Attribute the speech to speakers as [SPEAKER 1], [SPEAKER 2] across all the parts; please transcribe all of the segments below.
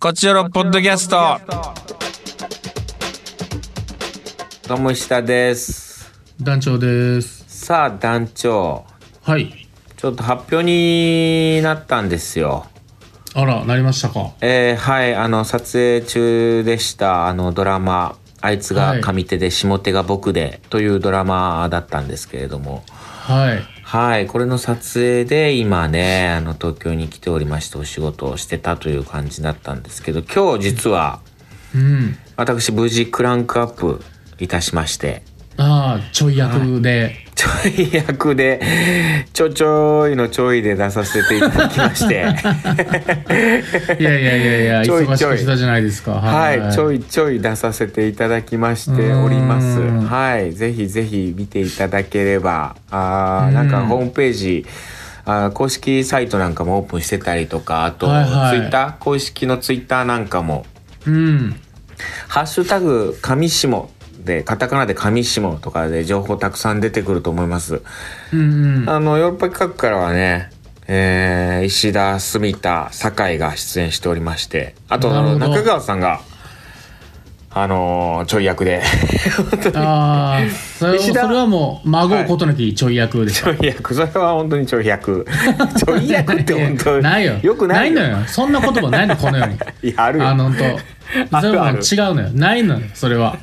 [SPEAKER 1] こちらのポッドキャスト。どうも石田です。
[SPEAKER 2] 団長です。
[SPEAKER 1] さあ団長、
[SPEAKER 2] はい。
[SPEAKER 1] ちょっと発表になったんですよ。
[SPEAKER 2] あら、なりましたか。
[SPEAKER 1] えーはい、あの撮影中でしたあのドラマ。あいつが上手で下手が僕でというドラマだったんですけれども、
[SPEAKER 2] はい。
[SPEAKER 1] はい、これの撮影で今ね、あの東京に来ておりましてお仕事をしてたという感じだったんですけど、今日実は
[SPEAKER 2] うん。
[SPEAKER 1] 私無事クランクアップいたしまして、
[SPEAKER 2] ああ、ちょい役で。
[SPEAKER 1] ちょい役で、ちょちょいのちょいで出させていただきま して、
[SPEAKER 2] い、やいやいやい
[SPEAKER 1] ち
[SPEAKER 2] や、
[SPEAKER 1] ょい
[SPEAKER 2] 忙しくしたじゃないですか。
[SPEAKER 1] はい、ちょ
[SPEAKER 2] い。
[SPEAKER 1] いちょい出させていただきましております
[SPEAKER 2] うーん。
[SPEAKER 1] はい、ぜひぜひ見ていただければ、あー
[SPEAKER 2] うん
[SPEAKER 1] なんかホームページ、あー公式サイトなんかもオープンしてたりとか、あと、
[SPEAKER 2] はいはい
[SPEAKER 1] ツイッター、公式のツイッターなんかも、
[SPEAKER 2] うん。
[SPEAKER 1] ハッシュタグ、上下で、カタカナで上下とかで情報たくさん出てくると思います。
[SPEAKER 2] うんうん。
[SPEAKER 1] あの、ヨーロッパ企画からはね、えー、石田、住田、酒井が出演しておりまして、あと、あの、
[SPEAKER 2] なるほど
[SPEAKER 1] 中川さんが、あのーちょい役で、 本当に
[SPEAKER 2] ああ、それは
[SPEAKER 1] 石田
[SPEAKER 2] それはもう、孫をことなきちょい役でし
[SPEAKER 1] ちょい役、それは本当にちょい 役。ちょい役って本当に。
[SPEAKER 2] ないよ。
[SPEAKER 1] よくない
[SPEAKER 2] ないのよ。そんな言葉ないの、この世に。
[SPEAKER 1] いや、あるよ。
[SPEAKER 2] あの、本
[SPEAKER 1] あ
[SPEAKER 2] 当。それ
[SPEAKER 1] る あ
[SPEAKER 2] は
[SPEAKER 1] る
[SPEAKER 2] もう違うのよ。ないのよ、そ れは。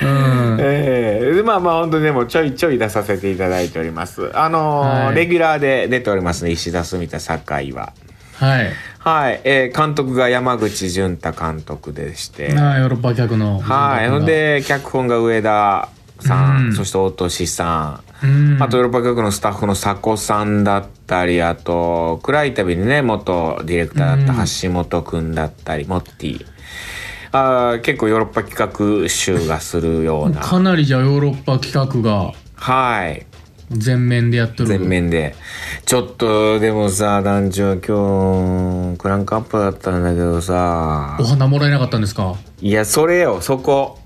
[SPEAKER 2] うん。
[SPEAKER 1] ええでまあまあ本当にでもちょいちょい出させていただいております。あのー
[SPEAKER 2] はい
[SPEAKER 1] レギュラーで出ておりますね、石田、住田、酒井は。
[SPEAKER 2] はい。
[SPEAKER 1] はい、えー監督が山口淳太監督でして。
[SPEAKER 2] なあ、ヨーロッパ客の。
[SPEAKER 1] はい。ほん。で、脚本が上田さん、
[SPEAKER 2] うん
[SPEAKER 1] そして大俊さ、
[SPEAKER 2] うんん。
[SPEAKER 1] あとヨーロッパ局のスタッフの佐古さんだったり、あと、暗い旅にね、元ディレクターだった橋本くんだったり、モッティ。あー結構ヨーロッパ企画集がするような。
[SPEAKER 2] かなりじゃあヨーロッパ企画が
[SPEAKER 1] はい。
[SPEAKER 2] 全面でやってる
[SPEAKER 1] 全面で。ちょっと、でもさ、団長、今日、クランクアップだったんだけどさ
[SPEAKER 2] お、花もらえなかったんですか
[SPEAKER 1] いや、それよ、そこ。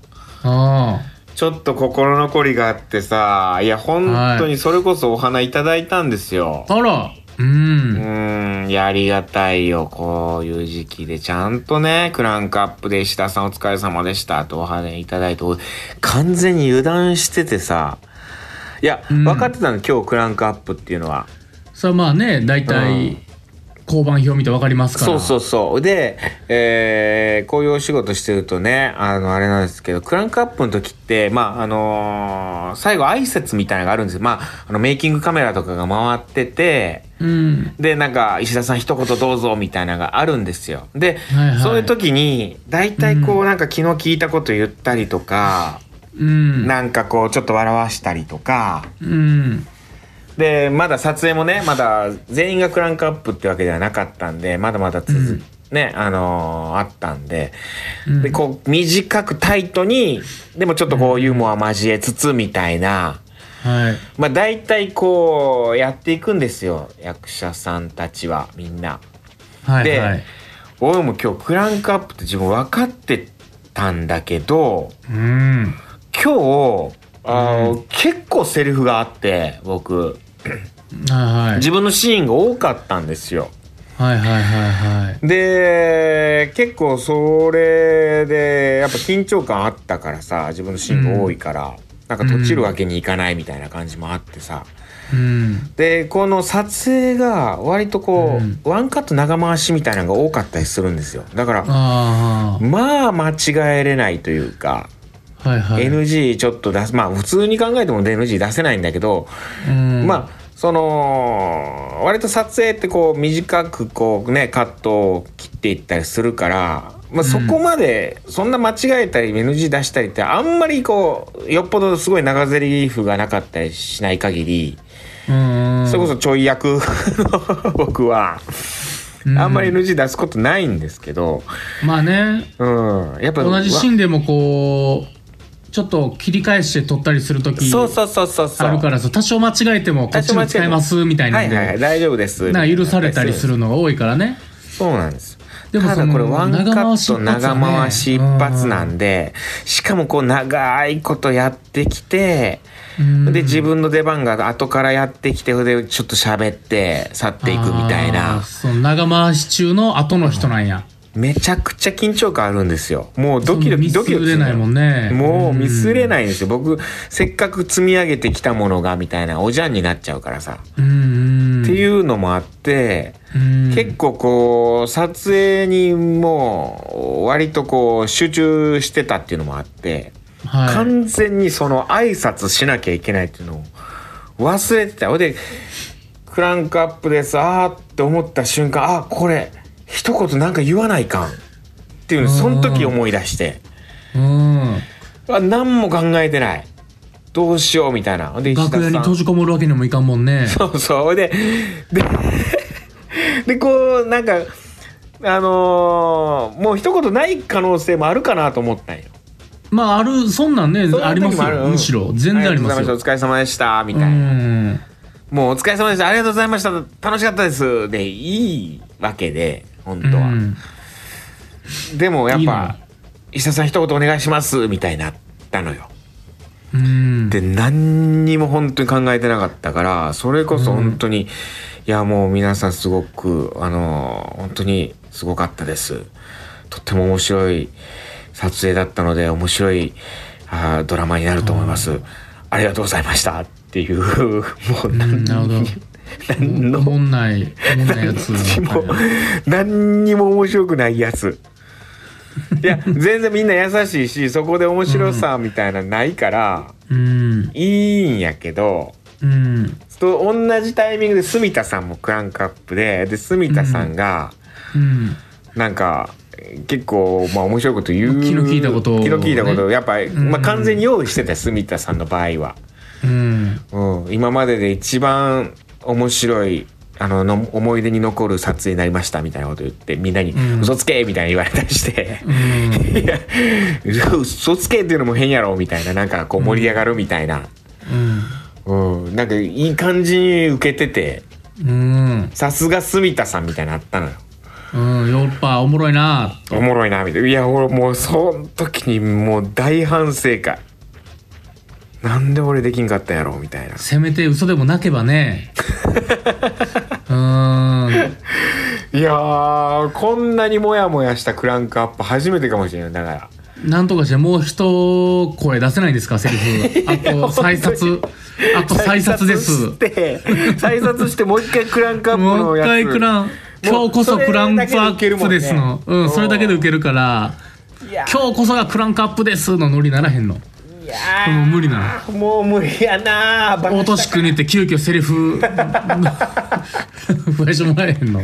[SPEAKER 2] あ
[SPEAKER 1] ちょっと心残りがあってさ、いや、本当にそれこそお花いただいたんですよ。
[SPEAKER 2] ああら
[SPEAKER 1] う
[SPEAKER 2] う
[SPEAKER 1] ー
[SPEAKER 2] ん
[SPEAKER 1] ん、いや、ありがたいよ。こういう時期で、ちゃんとね、クランクアップで石田さんお疲れ様でしたとお花いただいて、お完全に油断しててさ、いや、
[SPEAKER 2] うん
[SPEAKER 1] 分かってたの、今日クランクアップっていうのは。
[SPEAKER 2] それはまあね大
[SPEAKER 1] うん
[SPEAKER 2] 体交番表見てわかりますから
[SPEAKER 1] そうそうそう。で、えーこういうお仕事してるとね、あの、あれなんですけど、クランクアップの時って、まあ、あのー最後挨拶みたいなのがあるんですよ。まあ、あの、メイキングカメラとかが回ってて、
[SPEAKER 2] うん
[SPEAKER 1] で、なんか、石田さん一言どうぞみたいなのがあるんですよ。で、
[SPEAKER 2] はいはい
[SPEAKER 1] そういう時に、大体こう、なんか昨日聞いたこと言ったりとか、
[SPEAKER 2] うん
[SPEAKER 1] なんかこう、ちょっと笑わしたりとか、
[SPEAKER 2] うん
[SPEAKER 1] でまだ撮影もねまだ全員がクランクアップってわけではなかったんでまだまだ続、
[SPEAKER 2] うん
[SPEAKER 1] ねあのーあったんで,、
[SPEAKER 2] うん
[SPEAKER 1] でこう短くタイトにでもちょっとこうユーモア交えつつみたいな
[SPEAKER 2] はい
[SPEAKER 1] まあ大体こうやっていくんですよ役者さんたちはみんな。
[SPEAKER 2] はい
[SPEAKER 1] で、
[SPEAKER 2] はい
[SPEAKER 1] 俺も今日クランクアップって自分分かってたんだけど
[SPEAKER 2] うん
[SPEAKER 1] 今日あー結構セリフがあって僕
[SPEAKER 2] はいはい
[SPEAKER 1] 自分のシーンが多かったんですよ。
[SPEAKER 2] はいはいはいはい
[SPEAKER 1] で結構それでやっぱ緊張感あったからさ自分のシーンが多いから、なんか閉じるわけにいかないみたいな感じもあってさ、
[SPEAKER 2] うん
[SPEAKER 1] でこの撮影が割とこう、
[SPEAKER 2] うん
[SPEAKER 1] ワンカット長回しみたいなのが多かったりするんですよだから
[SPEAKER 2] あ
[SPEAKER 1] まあ間違えれないというか、
[SPEAKER 2] あはいはい
[SPEAKER 1] NG ちょっと出すまあ普通に考えても NG 出せないんだけど、
[SPEAKER 2] うん
[SPEAKER 1] まあその割と撮影ってこう短くこうねカットを切っていったりするから、まあ、そこまでそんな間違えたり NG 出したりってあんまりこうよっぽどすごい長ゼリフがなかったりしない限り、
[SPEAKER 2] うん
[SPEAKER 1] それこそちょい役の 僕は
[SPEAKER 2] うん
[SPEAKER 1] あんまり NG 出すことないんですけど、
[SPEAKER 2] まあね
[SPEAKER 1] うん、やっぱ
[SPEAKER 2] 同じシ
[SPEAKER 1] わ
[SPEAKER 2] ーンでもこうちょっと切り返して撮ったりするとき
[SPEAKER 1] そうそうそうそうそう
[SPEAKER 2] あるからさ多少間違えてもこっちも使えますみたい
[SPEAKER 1] は
[SPEAKER 2] なん
[SPEAKER 1] い
[SPEAKER 2] で、
[SPEAKER 1] はいはい、大丈夫です
[SPEAKER 2] なんか許されたりするのが多いからね
[SPEAKER 1] そうなんです。
[SPEAKER 2] でも
[SPEAKER 1] ただ
[SPEAKER 2] その
[SPEAKER 1] これワンカット長
[SPEAKER 2] 長
[SPEAKER 1] 回
[SPEAKER 2] 回
[SPEAKER 1] し一
[SPEAKER 2] し一発だね
[SPEAKER 1] 発なんで、しかもこう長いことやってきて、で自分の出番が後からやってきて、でちょっと喋って去っていくみたい
[SPEAKER 2] あー
[SPEAKER 1] な。
[SPEAKER 2] その長回し中の後の人なんや、
[SPEAKER 1] めちゃくちゃ緊張感あるんですよもうドキドキドキドキ
[SPEAKER 2] ミスれないもんね
[SPEAKER 1] もうミスれ
[SPEAKER 2] い
[SPEAKER 1] ないんですよ僕せっかく積み上げてきたものがみたいなおじゃんになっちゃうからさ、
[SPEAKER 2] うん
[SPEAKER 1] っていううのもあって
[SPEAKER 2] ん
[SPEAKER 1] 結構こう撮影にもう割とこう集中してたっていうのもあって、
[SPEAKER 2] はい
[SPEAKER 1] 完全にその挨拶しなきゃいけないっていうのを忘れてたほいでクランクアップですあーって思った瞬間あーこれ一言なんか言わないかんっていうの
[SPEAKER 2] うん
[SPEAKER 1] その時思い出して
[SPEAKER 2] うん
[SPEAKER 1] あ何も考えてないどうしようみたいなほんで石田さ
[SPEAKER 2] 楽屋
[SPEAKER 1] ん
[SPEAKER 2] に閉じこもるわけにもいかんもんね
[SPEAKER 1] そうそうほいでででこうなんかあのーもう一言ない可能性もあるかなと思ったんよ
[SPEAKER 2] まああるそんなんね
[SPEAKER 1] そんな
[SPEAKER 2] あります
[SPEAKER 1] 時もる
[SPEAKER 2] よ
[SPEAKER 1] うん
[SPEAKER 2] むしろ全然あります
[SPEAKER 1] りがとうご
[SPEAKER 2] よ
[SPEAKER 1] ざいましたお疲れ様でしたみた
[SPEAKER 2] う
[SPEAKER 1] いな、
[SPEAKER 2] ん
[SPEAKER 1] もうお疲れ様でした。ありがとうございました。楽しかったです。で、いいわけで、本当は。
[SPEAKER 2] うん
[SPEAKER 1] でもやっ
[SPEAKER 2] いい
[SPEAKER 1] ぱ
[SPEAKER 2] な、
[SPEAKER 1] 石田さん一言お願いします、みたいになったのよ。
[SPEAKER 2] うん
[SPEAKER 1] で、何にも本当に考えてなかったから、それこそ本当に、いや、もう皆さんすごく、あの、本当にすごかったです。とっても面白い撮影だったので、面白いあードラマになると思います。ありがとうございました。っていう、 もう
[SPEAKER 2] う
[SPEAKER 1] 何
[SPEAKER 2] んな るほど
[SPEAKER 1] 何の
[SPEAKER 2] おもんないおもんないやつ
[SPEAKER 1] 何に
[SPEAKER 2] ばっ
[SPEAKER 1] も
[SPEAKER 2] かりだ
[SPEAKER 1] 何にも面白くないやついや全然みんな優しいしそこで面白さみたいなのないから、
[SPEAKER 2] うん
[SPEAKER 1] いいんやけど
[SPEAKER 2] うん
[SPEAKER 1] と同じタイミングで住田さんもクランクアップでで住田さんが
[SPEAKER 2] うん
[SPEAKER 1] なんか、結構まあ面白いこと言う
[SPEAKER 2] 気の利いたことをね
[SPEAKER 1] 気の利いたことをやっぱ、
[SPEAKER 2] ん
[SPEAKER 1] まあ、完全に用意してた住田さんの場合は。
[SPEAKER 2] うん
[SPEAKER 1] うん、今までで一番面白いあのの思い出に残る撮影になりましたみたいなこと言ってみんなに「
[SPEAKER 2] うん
[SPEAKER 1] 嘘つけ!」みたいに言われたりして
[SPEAKER 2] うん
[SPEAKER 1] 「 いや嘘つけ!」っていうのも変やろみたいななんかこう盛り上がるみたいな、うんなんかいい感じに受けてて
[SPEAKER 2] うん
[SPEAKER 1] さすが住田さんみたいなのあったのよ。
[SPEAKER 2] うん、ヨーロッパおもろいな
[SPEAKER 1] おもろいなみたいないや俺もうその時にもう大反省会なんで俺できんかったんやろみたいな
[SPEAKER 2] せめて嘘でもなけばねうーん
[SPEAKER 1] いやーこんなにモヤモヤしたクランクアップ初めてかもしれないだから
[SPEAKER 2] なんとかしてもう一声出せないんですかセリフあと再札あと再札です
[SPEAKER 1] 再札して再札してもう一回クランクアップ
[SPEAKER 2] も
[SPEAKER 1] の
[SPEAKER 2] う一
[SPEAKER 1] やつ
[SPEAKER 2] 回クラン今日こそクランクアップです
[SPEAKER 1] もう
[SPEAKER 2] の
[SPEAKER 1] それだけでいけるもんね
[SPEAKER 2] うんそれだけで受けるから
[SPEAKER 1] いや
[SPEAKER 2] 今日こそがクランクアップですのノリならへんの
[SPEAKER 1] いやー
[SPEAKER 2] もう無理な
[SPEAKER 1] もう無理やなーバカ
[SPEAKER 2] 落としくにって急遽セリフ 増やしてもらえへんの
[SPEAKER 1] い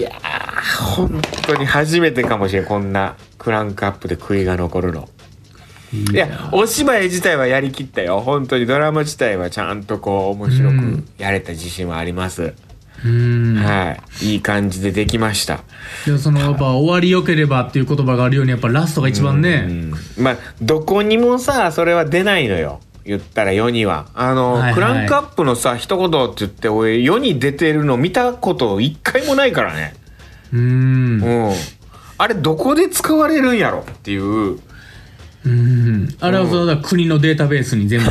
[SPEAKER 1] やー本当に初めてかもしれんこんなクランクアップで悔いが残るのいやお芝居自体はやりきったよ本当にドラマ自体はちゃんとこう面白くやれた自信はあります、
[SPEAKER 2] うん
[SPEAKER 1] はいいい感じでできました
[SPEAKER 2] でもそのやっぱ終わりよければっていう言葉があるようにやっぱラストが一番ね、
[SPEAKER 1] まあどこにもさそれは出ないのよ言ったら世にはあの、
[SPEAKER 2] はいはい
[SPEAKER 1] クランクアップのさ一言って言って俺世に出てるの見たこと一回もないからね
[SPEAKER 2] うーん
[SPEAKER 1] う
[SPEAKER 2] うん
[SPEAKER 1] あれどこで使われるんやろっていう
[SPEAKER 2] ーんあれはそうだから国のデータベースに全部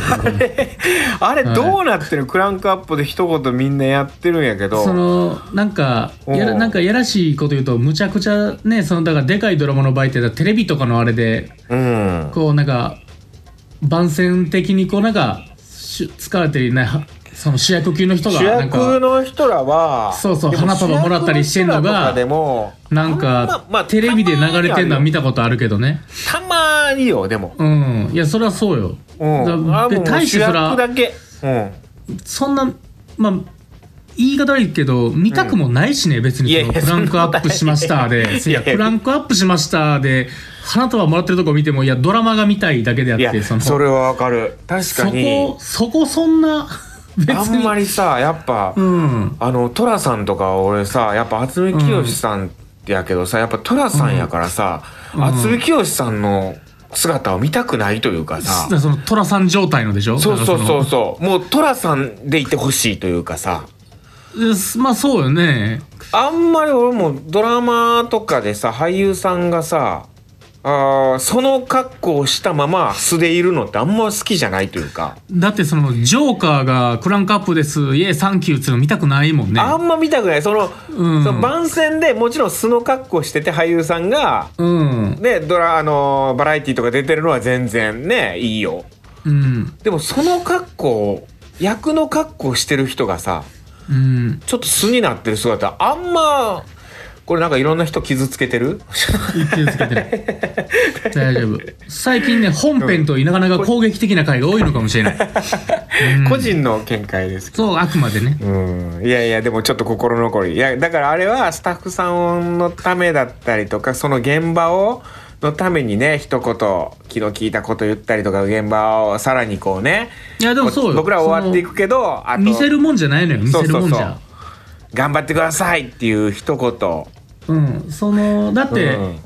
[SPEAKER 1] あれどうなってる、クランクアップで一言みんなやってるんやけど
[SPEAKER 2] そのなんかや
[SPEAKER 1] お
[SPEAKER 2] ら
[SPEAKER 1] う
[SPEAKER 2] なんかやらしいこと言うとむちゃくちゃねそのだからでかいドラマの場合ってだからテレビとかのあれで
[SPEAKER 1] うん
[SPEAKER 2] こうなんか番宣的にこうなんかし使われてるねはその主役級の人が
[SPEAKER 1] 主
[SPEAKER 2] なん
[SPEAKER 1] 役
[SPEAKER 2] か
[SPEAKER 1] の人らは
[SPEAKER 2] そうそう
[SPEAKER 1] でも
[SPEAKER 2] 花束もらったりしてんのが
[SPEAKER 1] 主役人らとかでも
[SPEAKER 2] なん
[SPEAKER 1] あんま
[SPEAKER 2] か
[SPEAKER 1] まあ
[SPEAKER 2] テレビで流れてるのは見
[SPEAKER 1] た
[SPEAKER 2] たことあるけどね
[SPEAKER 1] たまによでも
[SPEAKER 2] うんいやそれはそうよ
[SPEAKER 1] うん
[SPEAKER 2] だ
[SPEAKER 1] あ
[SPEAKER 2] で
[SPEAKER 1] もう
[SPEAKER 2] 大し
[SPEAKER 1] 主
[SPEAKER 2] てそれは
[SPEAKER 1] 役だけうん
[SPEAKER 2] そんな、まあ、言い方悪いけど、見たくもないしね、別に
[SPEAKER 1] いやい
[SPEAKER 2] そ
[SPEAKER 1] や
[SPEAKER 2] の、クランクアップしましたで、
[SPEAKER 1] そ
[SPEAKER 2] い
[SPEAKER 1] んな
[SPEAKER 2] や、
[SPEAKER 1] ことない
[SPEAKER 2] クランクアップしましたで、花束もらってるとこ見ても、いや、ドラマが見たいだけであ
[SPEAKER 1] い
[SPEAKER 2] っ
[SPEAKER 1] や
[SPEAKER 2] て、その、
[SPEAKER 1] それはわかる確か
[SPEAKER 2] そ
[SPEAKER 1] に
[SPEAKER 2] こ、そこそんな、別に。
[SPEAKER 1] あんまりさやっぱ、
[SPEAKER 2] うん。
[SPEAKER 1] あの寅さんとか俺さやっぱ渥美清さんやけどさやっぱ寅さんやからさ
[SPEAKER 2] ん
[SPEAKER 1] 渥美清さんの姿を見たくないというかさ、
[SPEAKER 2] その、トラさん状態のでしょ
[SPEAKER 1] そうそうそううそうもう寅さんでいてほしいというかさ
[SPEAKER 2] そう。まあ、そうよね。
[SPEAKER 1] あんまり俺もドラマとかでさ俳優さんがさあーその格好をしたまま素でいるのってあんま好きじゃないというか、
[SPEAKER 2] だってそのジョーカーがクランクアップですイエーサンキューっつうの見たくないもんね
[SPEAKER 1] あんま見たくないその,、
[SPEAKER 2] うん
[SPEAKER 1] その番宣でもちろん素の格好してて俳優さんが
[SPEAKER 2] うん
[SPEAKER 1] ねドラあのーバラエティとか出てるのは全然ねいいよ
[SPEAKER 2] うん
[SPEAKER 1] でもその格好を役の格好してる人がさ
[SPEAKER 2] うん
[SPEAKER 1] ちょっと素になってる姿あんまこれなんかいろんな人傷つけてる
[SPEAKER 2] 気をつけてね 大丈夫最近ね本編となかなか攻撃的な回が多いのかもしれない、うん
[SPEAKER 1] 個人の見解ですけど
[SPEAKER 2] そうあくまでね
[SPEAKER 1] うんいやいやでもちょっと心残りいやだからあれはスタッフさんのためだったりとかその現場をのためにね一言気の利いたこと言ったりとか現場をさらにこうね
[SPEAKER 2] いやでもそうよ
[SPEAKER 1] 僕らは終わっていくけどあと
[SPEAKER 2] 見せるもんじゃないのよ見せるもんじゃ
[SPEAKER 1] 頑張ってくださいっていう一言
[SPEAKER 2] うんそのだって、
[SPEAKER 1] うん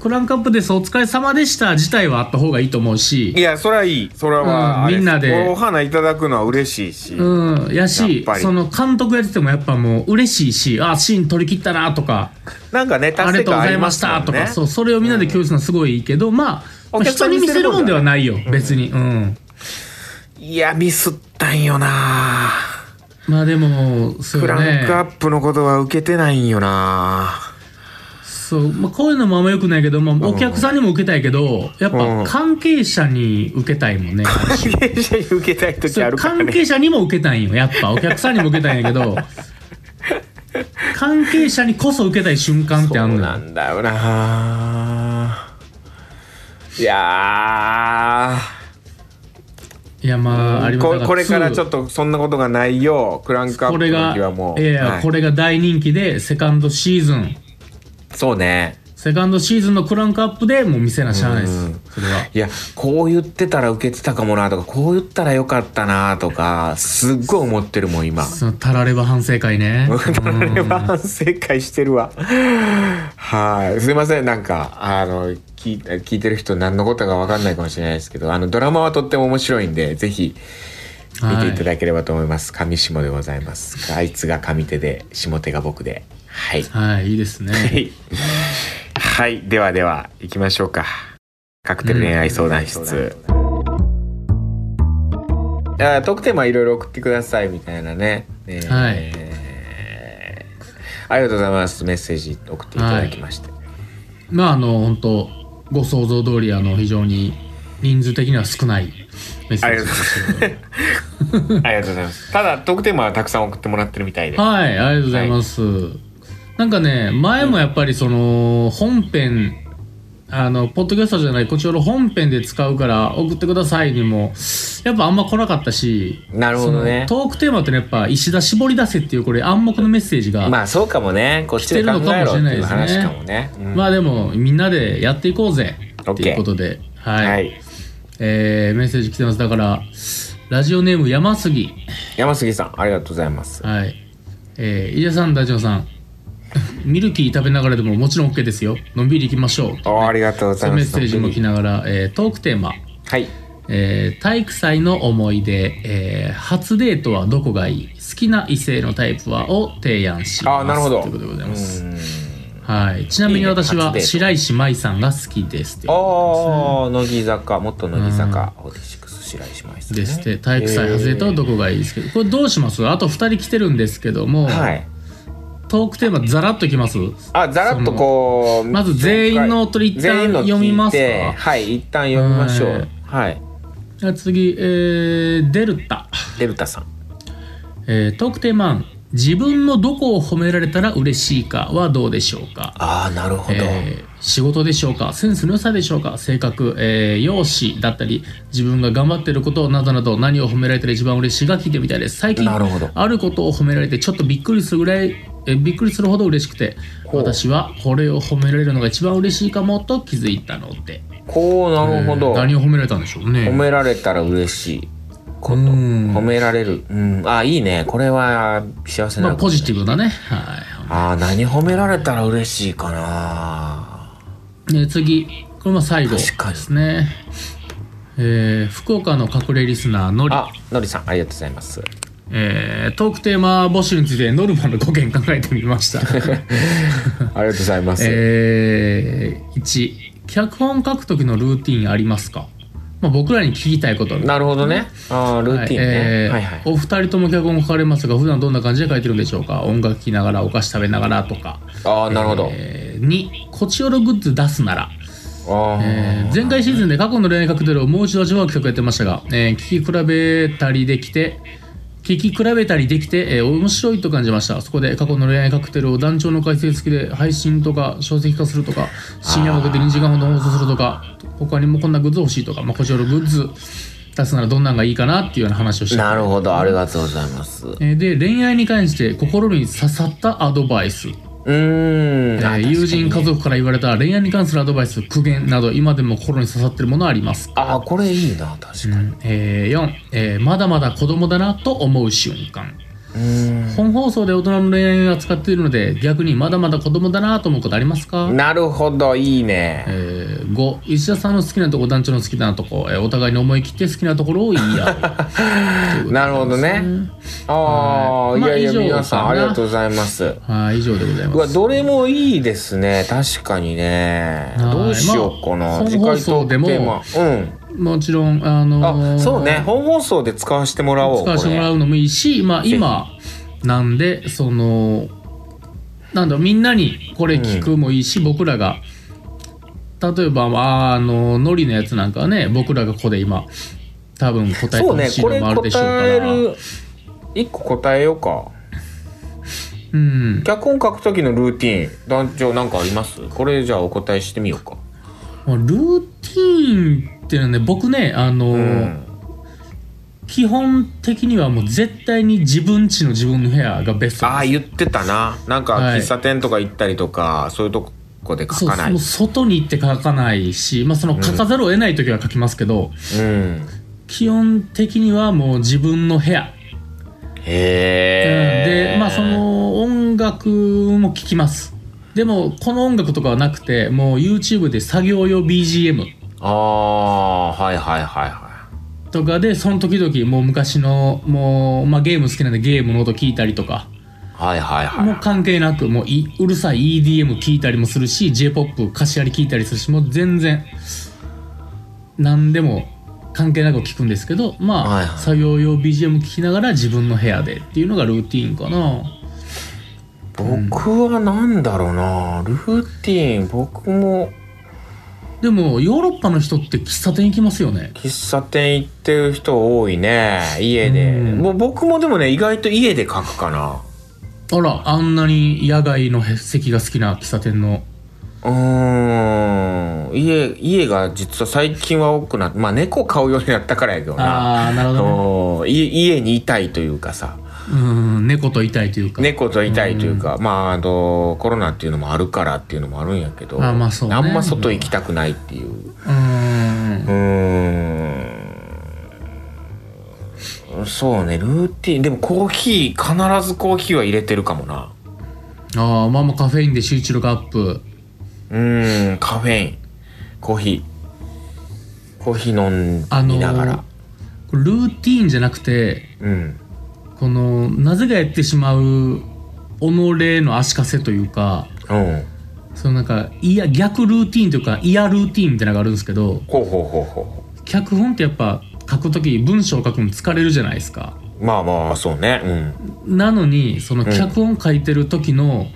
[SPEAKER 2] クランクアップですお疲れ様でした自体はあった方がいいと思うし
[SPEAKER 1] いやそれはいいそれは
[SPEAKER 2] うん
[SPEAKER 1] あれす
[SPEAKER 2] みんなで
[SPEAKER 1] お花いただくのは嬉しいし、
[SPEAKER 2] うん、や
[SPEAKER 1] や
[SPEAKER 2] し
[SPEAKER 1] っぱり
[SPEAKER 2] その監督やっててもやっぱもう嬉しいしあシーン取り切ったなとか
[SPEAKER 1] なんかね
[SPEAKER 2] あ
[SPEAKER 1] 達
[SPEAKER 2] り
[SPEAKER 1] 成
[SPEAKER 2] がと
[SPEAKER 1] 感
[SPEAKER 2] うご
[SPEAKER 1] あ
[SPEAKER 2] ざ
[SPEAKER 1] り
[SPEAKER 2] い
[SPEAKER 1] ま
[SPEAKER 2] ますし
[SPEAKER 1] もん
[SPEAKER 2] た
[SPEAKER 1] ね
[SPEAKER 2] とか、そうそれをみんなで共有するのはすごいいいけど、まあ
[SPEAKER 1] お客さ
[SPEAKER 2] 人
[SPEAKER 1] んに
[SPEAKER 2] に
[SPEAKER 1] 見
[SPEAKER 2] 見
[SPEAKER 1] せ
[SPEAKER 2] せ
[SPEAKER 1] る
[SPEAKER 2] る
[SPEAKER 1] も
[SPEAKER 2] も
[SPEAKER 1] ん
[SPEAKER 2] ん
[SPEAKER 1] だ
[SPEAKER 2] で
[SPEAKER 1] よ
[SPEAKER 2] はないよ別にうん
[SPEAKER 1] いやミスったんよな
[SPEAKER 2] まあでもそう
[SPEAKER 1] ク
[SPEAKER 2] よ
[SPEAKER 1] ラン
[SPEAKER 2] ね
[SPEAKER 1] クアップのことは受けてないんよな
[SPEAKER 2] そう、まあ、こういうのもあんまよくないけど、まあ、お客さんにも受けたいけどやっ
[SPEAKER 1] うん
[SPEAKER 2] ぱ関係者に受けたい もんね
[SPEAKER 1] 関係者に受けたい時
[SPEAKER 2] そ
[SPEAKER 1] あ
[SPEAKER 2] う
[SPEAKER 1] るから
[SPEAKER 2] 関
[SPEAKER 1] ね
[SPEAKER 2] 係者にも受けたいんよやっぱお客さんにも受けたいんや けど関係者にこそ受けたい瞬間ってあん
[SPEAKER 1] そう
[SPEAKER 2] の
[SPEAKER 1] な
[SPEAKER 2] よ
[SPEAKER 1] んだよないや
[SPEAKER 2] いやまああり
[SPEAKER 1] ー
[SPEAKER 2] ます
[SPEAKER 1] ここれからちょ
[SPEAKER 2] っ
[SPEAKER 1] っとそんなことがないようクランクアッ
[SPEAKER 2] こ
[SPEAKER 1] プ
[SPEAKER 2] れ
[SPEAKER 1] の時は
[SPEAKER 2] が
[SPEAKER 1] もう
[SPEAKER 2] いやいや
[SPEAKER 1] はい
[SPEAKER 2] これが大人気でセカンドシーズン
[SPEAKER 1] そうね
[SPEAKER 2] セカンドシーズンのクランクアップでもう見せなしゃあないで
[SPEAKER 1] う
[SPEAKER 2] す
[SPEAKER 1] ん
[SPEAKER 2] それはい
[SPEAKER 1] やこう言ってたら受けてたかもなとかこう言ったらよかったなとかすっごい思ってるもん今
[SPEAKER 2] そのたられば反省 会ね
[SPEAKER 1] 我々は反省会してるわ。はい。すいません。なんか、あの、聞い聞いてる人何のことかわかんないかもしれないですけど、あの、ドラマはとっても面白いんで、ぜひ見ていただければと思います。上下でございます。あいつが上手で、下手が僕で。はい。
[SPEAKER 2] はいいいですね
[SPEAKER 1] はい。はい。ではでは、行きましょうか。カクテル恋愛相談室。あートークテーマいろいろ送ってくださいみたいなね。えー
[SPEAKER 2] はい
[SPEAKER 1] ありがとうございます。メッセージ送っていただきまして。
[SPEAKER 2] まああの本当ご想像通りあの非常に人数的には少ないメッセ
[SPEAKER 1] あ
[SPEAKER 2] ー
[SPEAKER 1] りが
[SPEAKER 2] ジ
[SPEAKER 1] とう
[SPEAKER 2] で
[SPEAKER 1] ございま
[SPEAKER 2] す
[SPEAKER 1] す。ありがとうございます。ただ、トークテーマはたくさん送ってもらってるみたいで。
[SPEAKER 2] はいありがとうございます、なんかね前もやっぱりその本編あのポッドキャストじゃないこちらの本編で使うから送ってくださいにもやっぱあんま来なかったし
[SPEAKER 1] なるほどね
[SPEAKER 2] そのトークテーマってねやっぱ石田絞り出せっていうこれ暗黙のメッセージが、まあ
[SPEAKER 1] まあ、そうかもね。こっちで考えろっていう話かもね。うん
[SPEAKER 2] でもみんなでやっていこうぜっていうことで、
[SPEAKER 1] はい。
[SPEAKER 2] えーメッセージ来てます。だから、ラジオネーム山杉。
[SPEAKER 1] 山杉さん、ありがとうございます。
[SPEAKER 2] はい。えー、井田さん、ダチョウさん。 ミルキー食べながらでももちろん OK ですよ。のんびり行きましょう。
[SPEAKER 1] おーありがとうござ
[SPEAKER 2] そ
[SPEAKER 1] いう
[SPEAKER 2] いう
[SPEAKER 1] ま
[SPEAKER 2] メッ
[SPEAKER 1] す。
[SPEAKER 2] セージも来ながら、えートークテーマ。
[SPEAKER 1] はい。
[SPEAKER 2] えー体育祭の思い出、えー初デートはどこがいい好きな異性のタイプはを提案し
[SPEAKER 1] あ
[SPEAKER 2] ます
[SPEAKER 1] ーなるほど
[SPEAKER 2] ということでございます、
[SPEAKER 1] うん
[SPEAKER 2] はい、ちなみに私
[SPEAKER 1] いいね初
[SPEAKER 2] は
[SPEAKER 1] デート
[SPEAKER 2] 白石麻衣さんが好きですという
[SPEAKER 1] ああ、乃木坂、元乃木坂、オーディシックス白石麻衣さんね。
[SPEAKER 2] ですって体育祭外れとどこがいいですけど、これどうしますあと2人来てるんですけども、
[SPEAKER 1] はい。
[SPEAKER 2] トークテーマざらっときます
[SPEAKER 1] あ、ざらっとこう。
[SPEAKER 2] まず全員の取り一旦
[SPEAKER 1] 全員の聞いて
[SPEAKER 2] 読みますか
[SPEAKER 1] はい、一旦読みましょう。はい。
[SPEAKER 2] じゃあ次、えー、デルタ、
[SPEAKER 1] デルタさん。
[SPEAKER 2] えートークテーマ案自分のどこを褒められたら嬉しいかはどうでしょうか
[SPEAKER 1] ああ、なるほど。
[SPEAKER 2] えー仕事でしょうかセンスの良さでしょうか性格、えー容姿だったり自分が頑張ってることなどなど何を褒められたら一番嬉しいか聞いてみたいです最近
[SPEAKER 1] なるほど
[SPEAKER 2] あることを褒められてちょっとびっくりするぐらい、えーびっくりするほど嬉しくて
[SPEAKER 1] ほう
[SPEAKER 2] 私はこれを褒められるのが一番嬉しいかもと気づいたので
[SPEAKER 1] こう、なるほど。
[SPEAKER 2] えー何を褒められたんでしょうね
[SPEAKER 1] 褒められたら嬉しいこと。
[SPEAKER 2] うん
[SPEAKER 1] 褒められる。うん。あ、いいね。これは幸せな、
[SPEAKER 2] まあ、ポジティブだねはい
[SPEAKER 1] ああ、何褒められたら嬉しいかな。
[SPEAKER 2] で次これも最後ですね、えー福岡の隠れリスナーのり
[SPEAKER 1] あ、のりさん、ありがとうございます。
[SPEAKER 2] えートークテーマ募集についてノルマの5件考えてみまし た、
[SPEAKER 1] ありがとうございます。
[SPEAKER 2] えー1脚本書く時のルーティンありますか、まあ、僕らに聞きたいこと
[SPEAKER 1] なるほどね。あールーティン
[SPEAKER 2] はい
[SPEAKER 1] ね。
[SPEAKER 2] えー
[SPEAKER 1] はいはい。
[SPEAKER 2] お二人とも脚本を書かれますが普段どんな感じで書いてるんでしょうか音楽聴きながらお菓子食べながらとか、
[SPEAKER 1] ああ、なるほど。
[SPEAKER 2] えー、2コチオログッズ出すな
[SPEAKER 1] あ
[SPEAKER 2] ら、
[SPEAKER 1] ー
[SPEAKER 2] えー前回シーズンで過去の恋愛カクテルをもう一度味わう企画やってましたが、えー聞き比べたりできて聞き比べたりできて、えー面白いと感じましたそこで過去の恋愛カクテルを団長の解説付きで配信とか書籍化するとか深夜枠で2時間ほど放送するとか他にもこんなグッズ欲しいとか、まあ、こちらのグッズ出すならどんなんがいいかなっていうような話をして
[SPEAKER 1] なるほど。ありがとうございます。う
[SPEAKER 2] えーで恋愛に関して心に刺さったアドバイス、
[SPEAKER 1] ーん。あ
[SPEAKER 2] えー友人家族から言われた恋愛に関するアドバイス苦言など今でも心に刺さってるものはありますか、
[SPEAKER 1] あー、これいいな、確かに。
[SPEAKER 2] えー4、えーまだまだ子供だなと思う瞬間
[SPEAKER 1] うー
[SPEAKER 2] 本放送で大人の恋愛を扱っているので逆にまだまだ子供だなと思うことありますか、
[SPEAKER 1] ん。なるほど、いい
[SPEAKER 2] え
[SPEAKER 1] ね。
[SPEAKER 2] ー5石田さんの好きなとこ団長の好きなとこ、えーお互いに思い切って好きなところを言い合う
[SPEAKER 1] なるほどね。 ああ、
[SPEAKER 2] はい
[SPEAKER 1] いやいや、
[SPEAKER 2] まあ以上
[SPEAKER 1] 皆さん
[SPEAKER 2] かな
[SPEAKER 1] ありがとうございます。
[SPEAKER 2] はい以上でございうま
[SPEAKER 1] わ、
[SPEAKER 2] す
[SPEAKER 1] どれもいいですね。確かにね。
[SPEAKER 2] はい
[SPEAKER 1] どうしようか
[SPEAKER 2] ま
[SPEAKER 1] な。
[SPEAKER 2] あ本
[SPEAKER 1] 次回
[SPEAKER 2] 放
[SPEAKER 1] トー
[SPEAKER 2] 送
[SPEAKER 1] ク
[SPEAKER 2] でも
[SPEAKER 1] テーマ。うん。
[SPEAKER 2] もちろんあのー
[SPEAKER 1] あ、そうね。本放送で使わせてもらおう。
[SPEAKER 2] 使わせてもら
[SPEAKER 1] う。
[SPEAKER 2] うのもいいし、まあ、今なんでそのなんだろうみんなにこれ聞くもいいし、僕らが例えばああのノリのやつなんかはね僕らがここで今多分答えて
[SPEAKER 1] そう
[SPEAKER 2] ほ
[SPEAKER 1] ね
[SPEAKER 2] し。い
[SPEAKER 1] こ
[SPEAKER 2] の
[SPEAKER 1] れ
[SPEAKER 2] もあるでしょうか
[SPEAKER 1] 答
[SPEAKER 2] ら
[SPEAKER 1] える。一個答えようか。
[SPEAKER 2] うん
[SPEAKER 1] 脚本書く時のルーティン団長なんかありますこれじゃあお答えしてみようか
[SPEAKER 2] まあルーティーンっていうのはね僕ねあの、
[SPEAKER 1] うん
[SPEAKER 2] 基本的にはもう絶対に自分ちの自分の部屋がベスト
[SPEAKER 1] ああ
[SPEAKER 2] で
[SPEAKER 1] 言ってたななんか
[SPEAKER 2] はい
[SPEAKER 1] 喫茶店とか行ったりとか、そういうとこで書
[SPEAKER 2] す
[SPEAKER 1] かない
[SPEAKER 2] そうそう外に行って書かないし、まあ、その書かざるを得ない時は書きますけど、
[SPEAKER 1] うん
[SPEAKER 2] 基本的にはもう自分の部屋、
[SPEAKER 1] へえ、
[SPEAKER 2] でまあその音楽も聴きますでもこの音楽とかはなくてもう YouTube で作業用 BGM
[SPEAKER 1] ああーはいはいはいは
[SPEAKER 2] とかでその時々もう昔のもう、まあ、ゲーム好きなんでゲームの音聞いたりとか
[SPEAKER 1] いはいはいはい
[SPEAKER 2] もう関係なくもういうるさい EDM 聞いたりもするし j p o p 貸し借り聞いたりするしもう全然何でも関係なく聞くんですけどまあ、
[SPEAKER 1] はいはい
[SPEAKER 2] 作業用 BGM 聞きながら自分の部屋でっていうのがルーティーンかな。
[SPEAKER 1] 僕はなんだろうなルーティン僕も
[SPEAKER 2] でもヨーロッパの人って喫茶店行きますよね
[SPEAKER 1] 喫茶店行ってる人多いね家で、
[SPEAKER 2] うん
[SPEAKER 1] もう僕もでもね意外と家で書くかな
[SPEAKER 2] あらあんなに野外の席が好きな喫茶店の
[SPEAKER 1] うーん家家が実は最近は多くなってまあ猫飼うようになったからやけどな
[SPEAKER 2] ああなるほど、ね、
[SPEAKER 1] うんい家にいたいというかさ
[SPEAKER 2] うん猫といたいというか、
[SPEAKER 1] 猫といたいというか、まああのコロナっていうのもあるからっていうのもあるんやけど
[SPEAKER 2] あまあそうね
[SPEAKER 1] んま外行きたくないっていう
[SPEAKER 2] うーん
[SPEAKER 1] うーんそうねルーティンでもコーヒー必ずコーヒーは入れてるかもな
[SPEAKER 2] ああまあまあカフェインで集中力アップ
[SPEAKER 1] うーんカフェインコーヒーコーヒー飲ん
[SPEAKER 2] あの
[SPEAKER 1] みながら、
[SPEAKER 2] これルーティーンじゃなくて
[SPEAKER 1] うん
[SPEAKER 2] このなぜかやってしまう己の足かせというか
[SPEAKER 1] うん
[SPEAKER 2] そのなんかいや逆ルーティーンというかイヤルーティーンみたいなのがあるんですけど
[SPEAKER 1] ほうほうほうほ
[SPEAKER 2] 脚本ってやっぱ書く時文章を書くの疲れるじゃないですか
[SPEAKER 1] うまあまあそうねうん
[SPEAKER 2] なのにその脚本書いてる時の、
[SPEAKER 1] うん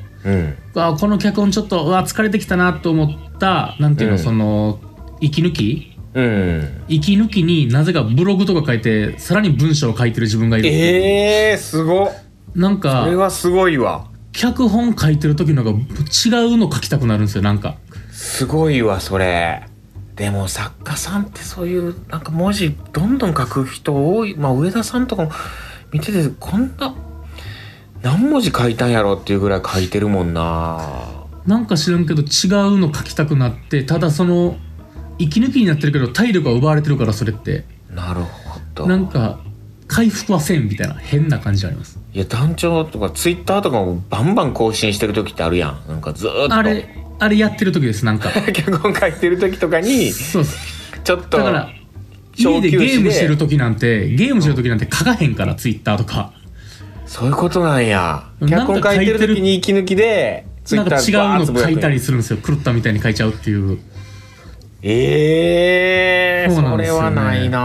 [SPEAKER 2] あこの脚本ちょっとうわ疲れてきたなと思ったなんていうの、
[SPEAKER 1] うん
[SPEAKER 2] その息抜き
[SPEAKER 1] うん
[SPEAKER 2] 息抜きになぜかブログとか書いてさらに文章を書いてる自分がいる、
[SPEAKER 1] えー、すごっ
[SPEAKER 2] なん
[SPEAKER 1] これ
[SPEAKER 2] か
[SPEAKER 1] はすごいわ
[SPEAKER 2] 脚本書いてる時のが違うの書きたくなるんですよなんか
[SPEAKER 1] すごいわそれでも作家さんってそういうなんか文字どんどん書く人多いまあ上田さんとかも見ててこんな何文字書いたんやろっていうぐらい書いてるもんな
[SPEAKER 2] なんか知らんけど違うの書きたくなってただその息抜きになってるけど体力が奪われてるからそれって
[SPEAKER 1] なるほど
[SPEAKER 2] なんか回復はせんみたいな変な感じがあります
[SPEAKER 1] いや団長とかツイッターとかもバンバン更新してる時ってあるやんなんかずーっと
[SPEAKER 2] あれあれやってる時ですなんか
[SPEAKER 1] 脚本書いてる時とかに
[SPEAKER 2] そうです
[SPEAKER 1] ちょっと
[SPEAKER 2] だから
[SPEAKER 1] 小休
[SPEAKER 2] 家で
[SPEAKER 1] 止で
[SPEAKER 2] ゲームしてる時なんてゲームしてる時なんて書かへんからツイッターとか
[SPEAKER 1] そういうことなんや
[SPEAKER 2] なんか
[SPEAKER 1] 脚本書いてる時に息抜きでツイ
[SPEAKER 2] な
[SPEAKER 1] ッ
[SPEAKER 2] ん
[SPEAKER 1] タ
[SPEAKER 2] か
[SPEAKER 1] ー
[SPEAKER 2] 違うの書いたりするんですよ狂ったみたいに書いちゃうっていう
[SPEAKER 1] ええー、
[SPEAKER 2] そうな
[SPEAKER 1] そ
[SPEAKER 2] んです
[SPEAKER 1] れ
[SPEAKER 2] よね
[SPEAKER 1] はないな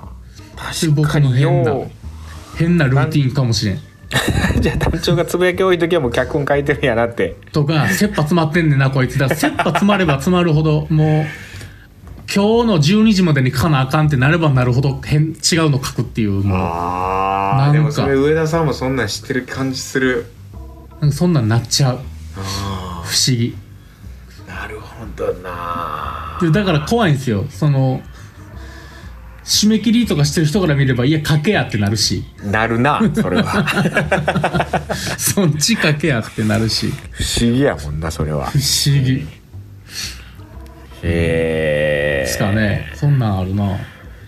[SPEAKER 1] あ確
[SPEAKER 2] 僕
[SPEAKER 1] か
[SPEAKER 2] の
[SPEAKER 1] に
[SPEAKER 2] 変な
[SPEAKER 1] よ
[SPEAKER 2] 変なルーティンかもしれん
[SPEAKER 1] う じゃあ団長がつぶやき多い時はもう脚本書いてるやなって
[SPEAKER 2] とか切羽詰まってんねんなこいつだ切羽詰まれば詰まるほどもう今日の12時までに書かなあかんってなればなるほど変違うの書くっていうも
[SPEAKER 1] あ
[SPEAKER 2] なんか
[SPEAKER 1] あでもそれ上田さんもそんなん知ってる感じする
[SPEAKER 2] うなんかそんなんなっちゃう
[SPEAKER 1] あ
[SPEAKER 2] 不思議
[SPEAKER 1] あなるほどな
[SPEAKER 2] でだから怖いんですよその締め切りとかしてる人から見ればいや書けやってなるし
[SPEAKER 1] なるなそれは
[SPEAKER 2] そっち書けやってなるし
[SPEAKER 1] 不思議やもんなそれは
[SPEAKER 2] 不思議
[SPEAKER 1] へえ
[SPEAKER 2] ですかね、そんなんあるな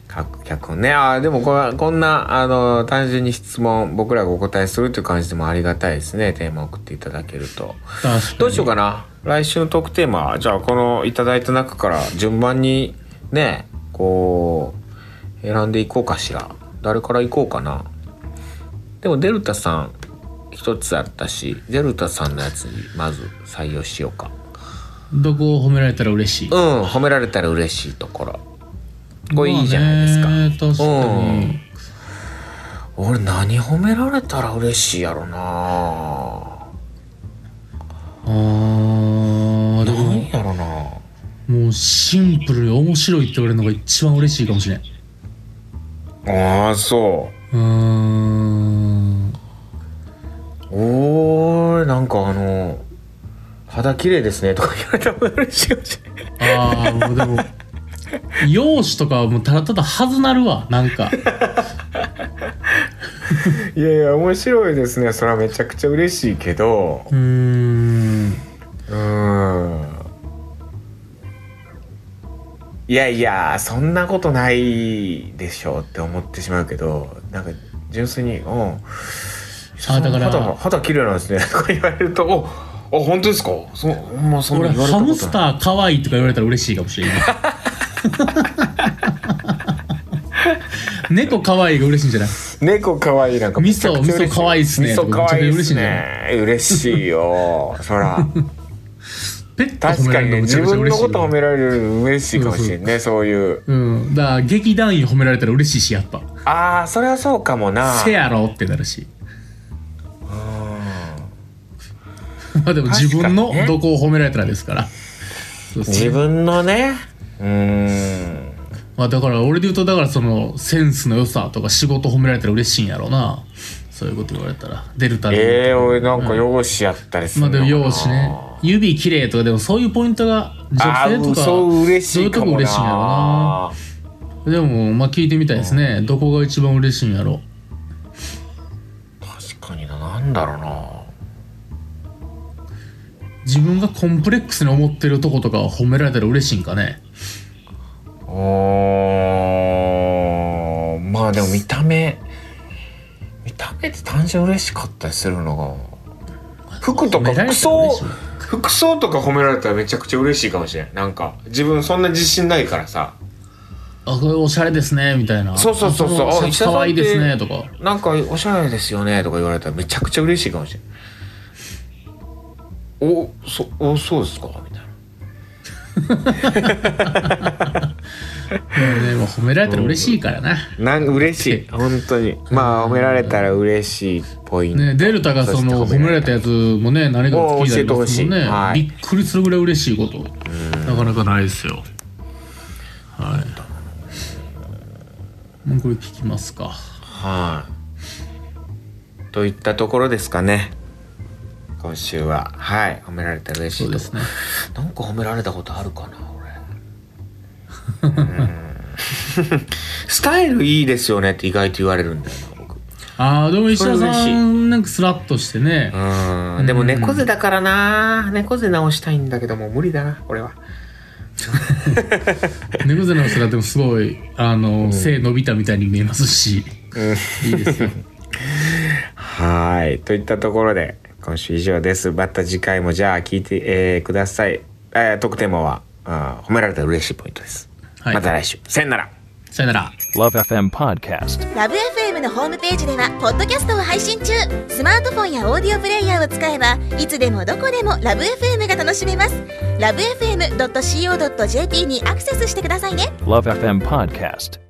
[SPEAKER 1] 各脚本ねああでもこれこんなあの単純に質問僕らがお答えするという感じでもありがたいですねテーマ送っていただけると
[SPEAKER 2] 確かに
[SPEAKER 1] どうしようかな来週のトークテーマじゃあこのいただいた中から順番にねこう選んでいこうかしら誰からいこうかなでもデルタさん一つあったしデルタさんのやつにまず採用しようか
[SPEAKER 2] どこを褒められたら嬉しい
[SPEAKER 1] うん褒められたら嬉しいところこれいいじゃないですか、
[SPEAKER 2] まあね確かに、
[SPEAKER 1] うん俺何褒められたら嬉しいやろな
[SPEAKER 2] あーでも
[SPEAKER 1] 何やろな
[SPEAKER 2] もうシンプルに面白いって言われるのが一番嬉しいかもしれんう
[SPEAKER 1] ああそ
[SPEAKER 2] ーん
[SPEAKER 1] うおーなんかあの「肌綺麗ですね」とか言われたら嬉しいかもしれない
[SPEAKER 2] ああもう でも容姿とかはもうただただはずなるわなんか
[SPEAKER 1] いやいや面白いですねそれはめちゃくちゃ嬉しいけど
[SPEAKER 2] うーん
[SPEAKER 1] うーんいやいやそんなことないでしょうって思ってしまうけどなんか純粋に「うん
[SPEAKER 2] あだから
[SPEAKER 1] 肌が肌綺麗なんですね」 とか言われると「おあ本当ですかそ,、まあ、そんな
[SPEAKER 2] 俺
[SPEAKER 1] 言われ
[SPEAKER 2] ハ
[SPEAKER 1] たこ
[SPEAKER 2] ム
[SPEAKER 1] と
[SPEAKER 2] ス
[SPEAKER 1] ない
[SPEAKER 2] ター可愛いとか言われたら嬉しいかも しれない猫可愛いが嬉しいんじゃない
[SPEAKER 1] 猫可愛いなんかめちゃくちゃ嬉し
[SPEAKER 2] 味噌味噌可愛いっすね
[SPEAKER 1] 味噌可愛い
[SPEAKER 2] めちゃくちゃ
[SPEAKER 1] で
[SPEAKER 2] 嬉
[SPEAKER 1] す
[SPEAKER 2] しいんじゃ
[SPEAKER 1] ね嬉しいよ そら
[SPEAKER 2] ペット褒
[SPEAKER 1] 確
[SPEAKER 2] め
[SPEAKER 1] から
[SPEAKER 2] れ
[SPEAKER 1] に
[SPEAKER 2] るの
[SPEAKER 1] ね
[SPEAKER 2] めち
[SPEAKER 1] 自
[SPEAKER 2] ゃくち
[SPEAKER 1] 分
[SPEAKER 2] ゃ
[SPEAKER 1] の
[SPEAKER 2] 嬉しい
[SPEAKER 1] こと褒められるより嬉しいかもしれんねそういう
[SPEAKER 2] うんだから劇団員褒められたら嬉しいしやっぱ
[SPEAKER 1] ああそれはそうかもな
[SPEAKER 2] せやろってなるし
[SPEAKER 1] うん
[SPEAKER 2] まあでも自分のどこを褒められたらですから。そうですね
[SPEAKER 1] 自分のねうーん
[SPEAKER 2] まあだから俺で言うとだからそのセンスの良さとか仕事褒められたら嬉しいんやろうな。そういうこと言われたら。デルタで。
[SPEAKER 1] えー、俺なんか容姿やったりす
[SPEAKER 2] まあ
[SPEAKER 1] るの
[SPEAKER 2] で
[SPEAKER 1] か
[SPEAKER 2] も
[SPEAKER 1] な、
[SPEAKER 2] 容姿ね。指綺麗とかでもそういうポイントが
[SPEAKER 1] あ
[SPEAKER 2] 女性と
[SPEAKER 1] ー
[SPEAKER 2] か。
[SPEAKER 1] そう嬉しいかも
[SPEAKER 2] そういう
[SPEAKER 1] な
[SPEAKER 2] とこ嬉しいんやろうな。でもまあ聞いてみたいですね。どこが一番嬉しいんやろ
[SPEAKER 1] 確かにななんだろうな
[SPEAKER 2] 自分がコンプレックスに思ってるとことかを褒められたら嬉しいんかね。
[SPEAKER 1] おーまあでも見た目見た目って単純に嬉しかったりするのが服と
[SPEAKER 2] 褒め
[SPEAKER 1] から
[SPEAKER 2] れ
[SPEAKER 1] 服
[SPEAKER 2] たら
[SPEAKER 1] 装
[SPEAKER 2] 嬉しい
[SPEAKER 1] 服装とか褒められたらめちゃくちゃ嬉しいかもしれないなんか自分そんな自信ないからさ
[SPEAKER 2] あ、これおしゃれですね、みたいな。
[SPEAKER 1] そうそうそうそう
[SPEAKER 2] あこのシャツ可愛いです
[SPEAKER 1] あ
[SPEAKER 2] ね、
[SPEAKER 1] 石
[SPEAKER 2] とか。
[SPEAKER 1] なんかおしゃれですよねとか言われたらめちゃくちゃ嬉しいかもしれない。お、そ、お、そうですかみたいな。
[SPEAKER 2] でも褒められたら嬉しいからな。
[SPEAKER 1] なん、嬉しい。本当に。まあ、褒められたら嬉しいポイント。
[SPEAKER 2] ね、デルタがその
[SPEAKER 1] そ
[SPEAKER 2] 褒
[SPEAKER 1] して褒め
[SPEAKER 2] めら
[SPEAKER 1] られ
[SPEAKER 2] れた
[SPEAKER 1] た
[SPEAKER 2] やつもね、何か
[SPEAKER 1] お
[SPEAKER 2] 好
[SPEAKER 1] ー
[SPEAKER 2] きだ
[SPEAKER 1] 教え
[SPEAKER 2] り
[SPEAKER 1] てほ
[SPEAKER 2] ます
[SPEAKER 1] し
[SPEAKER 2] も
[SPEAKER 1] い
[SPEAKER 2] んね、
[SPEAKER 1] はい
[SPEAKER 2] びっくりするぐらい嬉しいこと。なかなかないですよ。はい。もうこれ聞きますか。
[SPEAKER 1] はい。といったところですかね。今週は。はい。褒められたら嬉しい
[SPEAKER 2] そう
[SPEAKER 1] とこ
[SPEAKER 2] ですね。
[SPEAKER 1] なんか褒められたことあるかな俺うん スタイルいいですよねって意外と言われるんだよな僕
[SPEAKER 2] ああ、でも石田
[SPEAKER 1] それ嬉
[SPEAKER 2] さ
[SPEAKER 1] しい
[SPEAKER 2] ん、なんかスラッとしてね。
[SPEAKER 1] うんでも猫背だからな猫背直したいんだけどもう無理だな俺は
[SPEAKER 2] 猫背のスラでもすごい、あの、背伸びたみたいに見えますし。いいですよ。
[SPEAKER 1] はいといったところで今週以上ですまた次回もじゃあ聞いて、えーください、えー、特テーマはあー褒められたら嬉しいポイントです、
[SPEAKER 2] はい
[SPEAKER 1] また来週さよなら
[SPEAKER 2] ささよなら。
[SPEAKER 3] Love FM Podcast.
[SPEAKER 4] ラブ f m のホームページではポッドキャストを配信中スマートフォンやオーディオプレイヤーを使えばいつでもどこでもラブ f m が楽しめますラブ FM.co.jp にアクセスしてくださいね
[SPEAKER 3] Love FM Podcast.